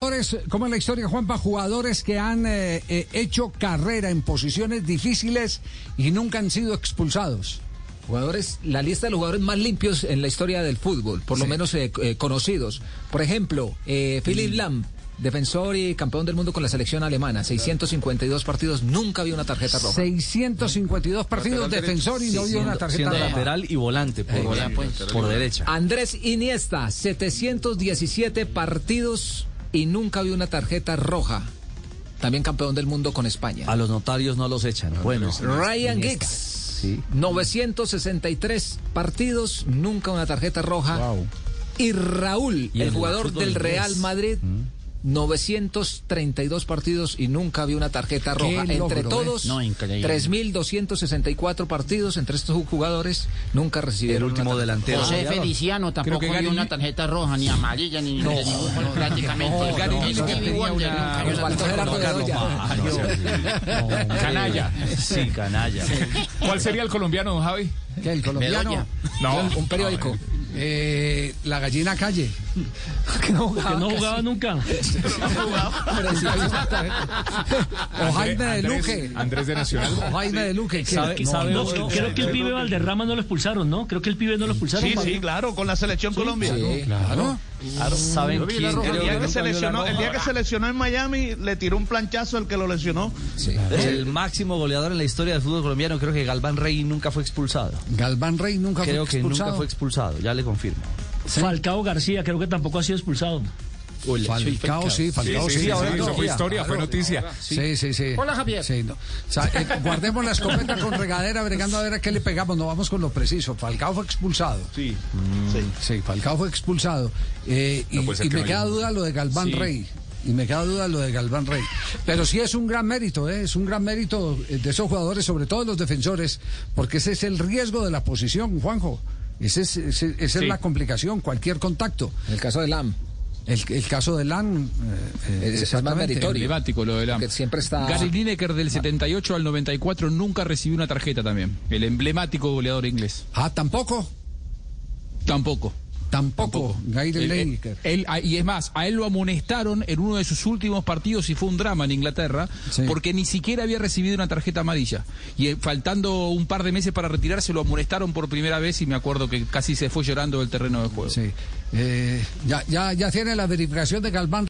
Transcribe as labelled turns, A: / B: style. A: jugadores, ¿cómo es la historia, Juanpa? Jugadores que han eh, eh, hecho carrera en posiciones difíciles y nunca han sido expulsados.
B: Jugadores, la lista de los jugadores más limpios en la historia del fútbol, por lo
A: Sí.
B: menos eh, eh, conocidos. Por ejemplo, eh, Philip Lahm, defensor y campeón del mundo con la selección alemana, 652 partidos, nunca vio una tarjeta roja.
A: 652 partidos, defensor y no vio una tarjeta
C: siendo
A: roja.
C: lateral y volante por,
D: ya, pues.
C: por derecha.
B: Andrés Iniesta, 717 partidos y nunca vio una tarjeta roja. También campeón del mundo con España.
C: A los notarios no los echan. Bueno,
B: Ryan Giggs. 963 partidos, nunca una tarjeta roja. Y Raúl,
C: Y
B: el
C: el
B: jugador
C: fútbol
B: del
C: inglés.
B: Real Madrid,
A: Mm.
B: 932 partidos y nunca vio una tarjeta
A: Qué
B: roja. Entre
A: logro, ¿eh?
B: todos,
D: No, increíble.
B: 3.264 partidos entre estos jugadores, nunca
C: el
B: recibieron una
C: último
B: tarjeta.
C: delantero.
D: José Feliciano tampoco
E: que
D: vio
E: Gary-
D: una tarjeta roja, ni amarilla, ni de ningún color, prácticamente.
E: Gary
D: No,
E: Lineker
D: Stevie
E: tenía
D: Wonder
E: una-
D: nunca vio
B: Nos
D: una
B: faltó
D: tarjeta
B: Gerardo
D: roja.
B: Bedoya.
E: Canalla.
C: Sí, canalla.
E: ¿Cuál sería el colombiano, don Javi?
A: ¿Qué, el colombiano?
D: Bedoya.
E: No.
A: Un periódico. Eh, la gallina calle. Que Eh, no jugaba,
C: nunca.
A: pero sí había una tarjeta.
B: Ah,
A: O Jaime de
E: Andrés-
A: Luque.
E: Andrés de
A: O
E: Nacional.
A: Jaime de Luque. que-
C: ¿Sabe-
A: no,
C: sabe
A: no,
C: uno?
A: no.
F: Creo que el pibe Valderrama no lo expulsaron, ¿no? Creo que el pibe no lo expulsaron.
G: Sí,
F: Pablo.
G: sí, claro, con la selección Colombia.
A: Sí, claro.
C: ¿Saben quién creo
G: El
C: que
G: día,
C: nunca
G: que se
C: vio la
G: lesionó,
C: roja?
G: el día que se lesionó en Miami, le tiró un planchazo al que lo lesionó.
C: El máximo goleador en la historia del fútbol colombiano, creo que Galván Rey nunca fue expulsado.
A: Galván Rey nunca
C: Creo
A: fue
C: que nunca
A: expulsado.
C: fue expulsado, ya le confirmo.
F: Falcao García, creo que tampoco ha sido expulsado.
A: Falcao, sí, Falcao, sí.
E: sí,
A: sí,
E: eso fue historia, fue noticia.
A: Sí, sí, sí.
D: Hola, Javier.
A: Sí, no. O sea, eh, guardemos la escopeta con regadera, bregando a ver a qué le pegamos. No vamos con lo preciso. Falcao fue expulsado.
G: Sí.
A: Sí, Falcao fue expulsado. Eh, y
E: No puede ser
A: y
E: que
A: me
E: no
A: queda
E: haya-
A: duda lo de Galván Rey. Y me queda duda lo de Galván Rey. Pero sí es un gran mérito, ¿eh? es un gran mérito eh, de esos jugadores, sobre todo de los defensores, porque ese es el riesgo de la posición, Juanjo. Ese es, ese- esa es la complicación, cualquier contacto.
B: En el caso de Lam,
A: El, el caso de Lan, eh, eh,
B: Es- es más
A: exactamente.
B: meritorio.
H: Emblemático lo de Lam.
B: que siempre está...
H: Gary Lineker del 78 al 94 nunca recibió una tarjeta también. El emblemático goleador inglés.
A: Ah, tampoco,
H: Tampoco.
A: tampoco,
E: Eh,
A: Gary
H: Él- él-
A: Lineker.
H: él- a- y es más, a él lo amonestaron en uno de sus últimos partidos y fue un drama en Inglaterra
A: Sí.
H: porque ni siquiera había recibido una tarjeta amarilla. Y eh, faltando un par de meses para retirarse lo amonestaron por primera vez y me acuerdo que casi se fue llorando del terreno de juego.
A: Sí. Eh, ya, ya, ya tiene la verificación de Galván